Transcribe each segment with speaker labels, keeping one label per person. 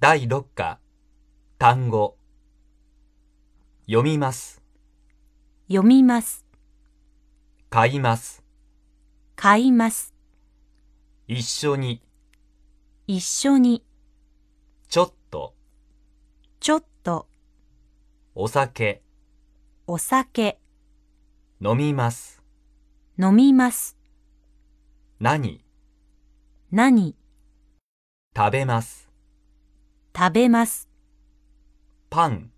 Speaker 1: 第6課単語読みます
Speaker 2: 読みます、
Speaker 1: 買います
Speaker 2: 買います、
Speaker 1: 一緒に
Speaker 2: 一緒に、
Speaker 1: ちょっと
Speaker 2: ちょっと、
Speaker 1: お酒
Speaker 2: お酒、
Speaker 1: 飲みます
Speaker 2: 飲みます、
Speaker 1: 何
Speaker 2: 何、
Speaker 1: 食べます
Speaker 2: 食べます、
Speaker 1: パン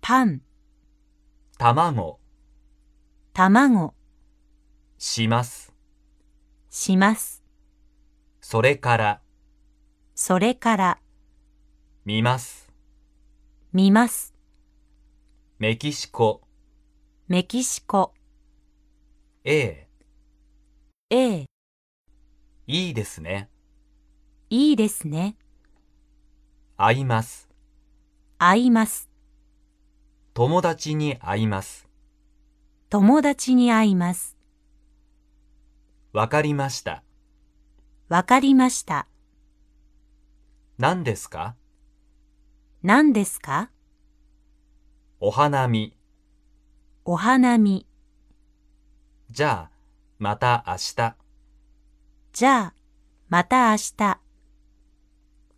Speaker 2: パン、
Speaker 1: 卵
Speaker 2: 卵、
Speaker 1: します
Speaker 2: します、
Speaker 1: それから
Speaker 2: それから、
Speaker 1: 見ます
Speaker 2: 見ます、
Speaker 1: メキシコ
Speaker 2: メキシコ、
Speaker 1: ええ
Speaker 2: A、
Speaker 1: いいですね
Speaker 2: いいですね、
Speaker 1: 会います
Speaker 2: 会います、
Speaker 1: 友達に会います
Speaker 2: 友達に会います、
Speaker 1: わかりました
Speaker 2: わかりました、
Speaker 1: 何ですか
Speaker 2: 何ですか
Speaker 1: お花見
Speaker 2: お花見、
Speaker 1: じゃあまた明日
Speaker 2: じゃあ、また明日、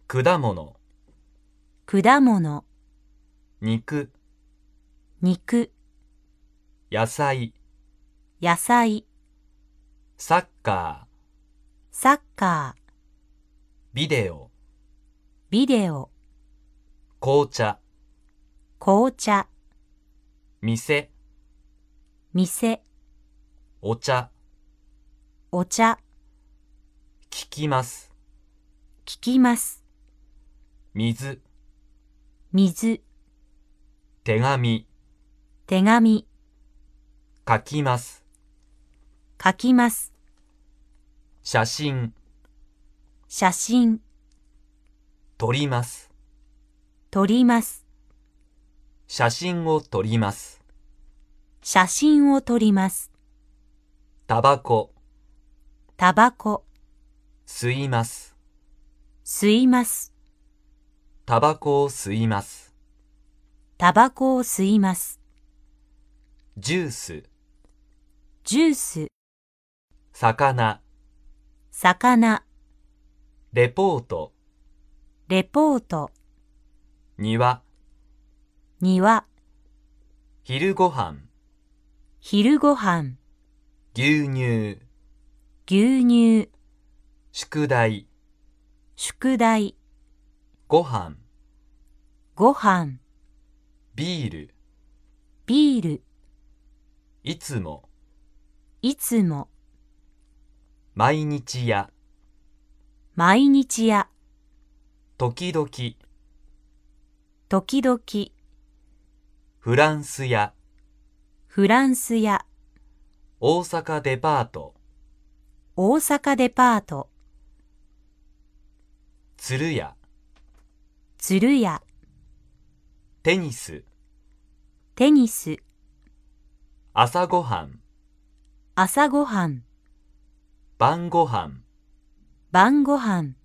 Speaker 1: 果物
Speaker 2: 果物、
Speaker 1: 肉
Speaker 2: 肉、
Speaker 1: 野菜、
Speaker 2: 野菜、
Speaker 1: サッカー、
Speaker 2: サッカー、
Speaker 1: ビデオ、
Speaker 2: ビデオ、
Speaker 1: 紅茶、
Speaker 2: 紅茶、
Speaker 1: 店、
Speaker 2: 店、
Speaker 1: お茶、
Speaker 2: お茶、
Speaker 1: 聞きます、
Speaker 2: 聞きます、
Speaker 1: 水、
Speaker 2: 水、
Speaker 1: 手紙、
Speaker 2: 手紙、
Speaker 1: 書きます、
Speaker 2: 書きます、
Speaker 1: 写真、
Speaker 2: 写真、
Speaker 1: 撮ります、
Speaker 2: 撮ります、
Speaker 1: 写真を撮ります、
Speaker 2: 写真を撮ります、
Speaker 1: タバコ、
Speaker 2: タバコ、
Speaker 1: 吸います、
Speaker 2: 吸います、
Speaker 1: タバコを吸います、
Speaker 2: タバコを吸います、
Speaker 1: ジュース、
Speaker 2: ジュース、
Speaker 1: 魚、
Speaker 2: 魚、
Speaker 1: レポート、
Speaker 2: レポート、
Speaker 1: 庭、
Speaker 2: 庭、
Speaker 1: 昼ご飯、
Speaker 2: 昼ご飯、
Speaker 1: 牛乳、
Speaker 2: 牛乳、
Speaker 1: 宿題、
Speaker 2: 宿題、
Speaker 1: ご飯、
Speaker 2: ご飯、
Speaker 1: ビール、
Speaker 2: ビール、
Speaker 1: いつも、
Speaker 2: いつも、
Speaker 1: 毎日や、
Speaker 2: 毎日や、
Speaker 1: 時々、
Speaker 2: 時々、
Speaker 1: フランスや
Speaker 2: フランスや、
Speaker 1: 大阪デパート、
Speaker 2: 大阪デパート、
Speaker 1: 鶴屋、
Speaker 2: 鶴屋、
Speaker 1: テニス、
Speaker 2: テニス、
Speaker 1: 朝ごはん、
Speaker 2: 朝ごはん、
Speaker 1: 晩ごはん、
Speaker 2: 晩ごはん、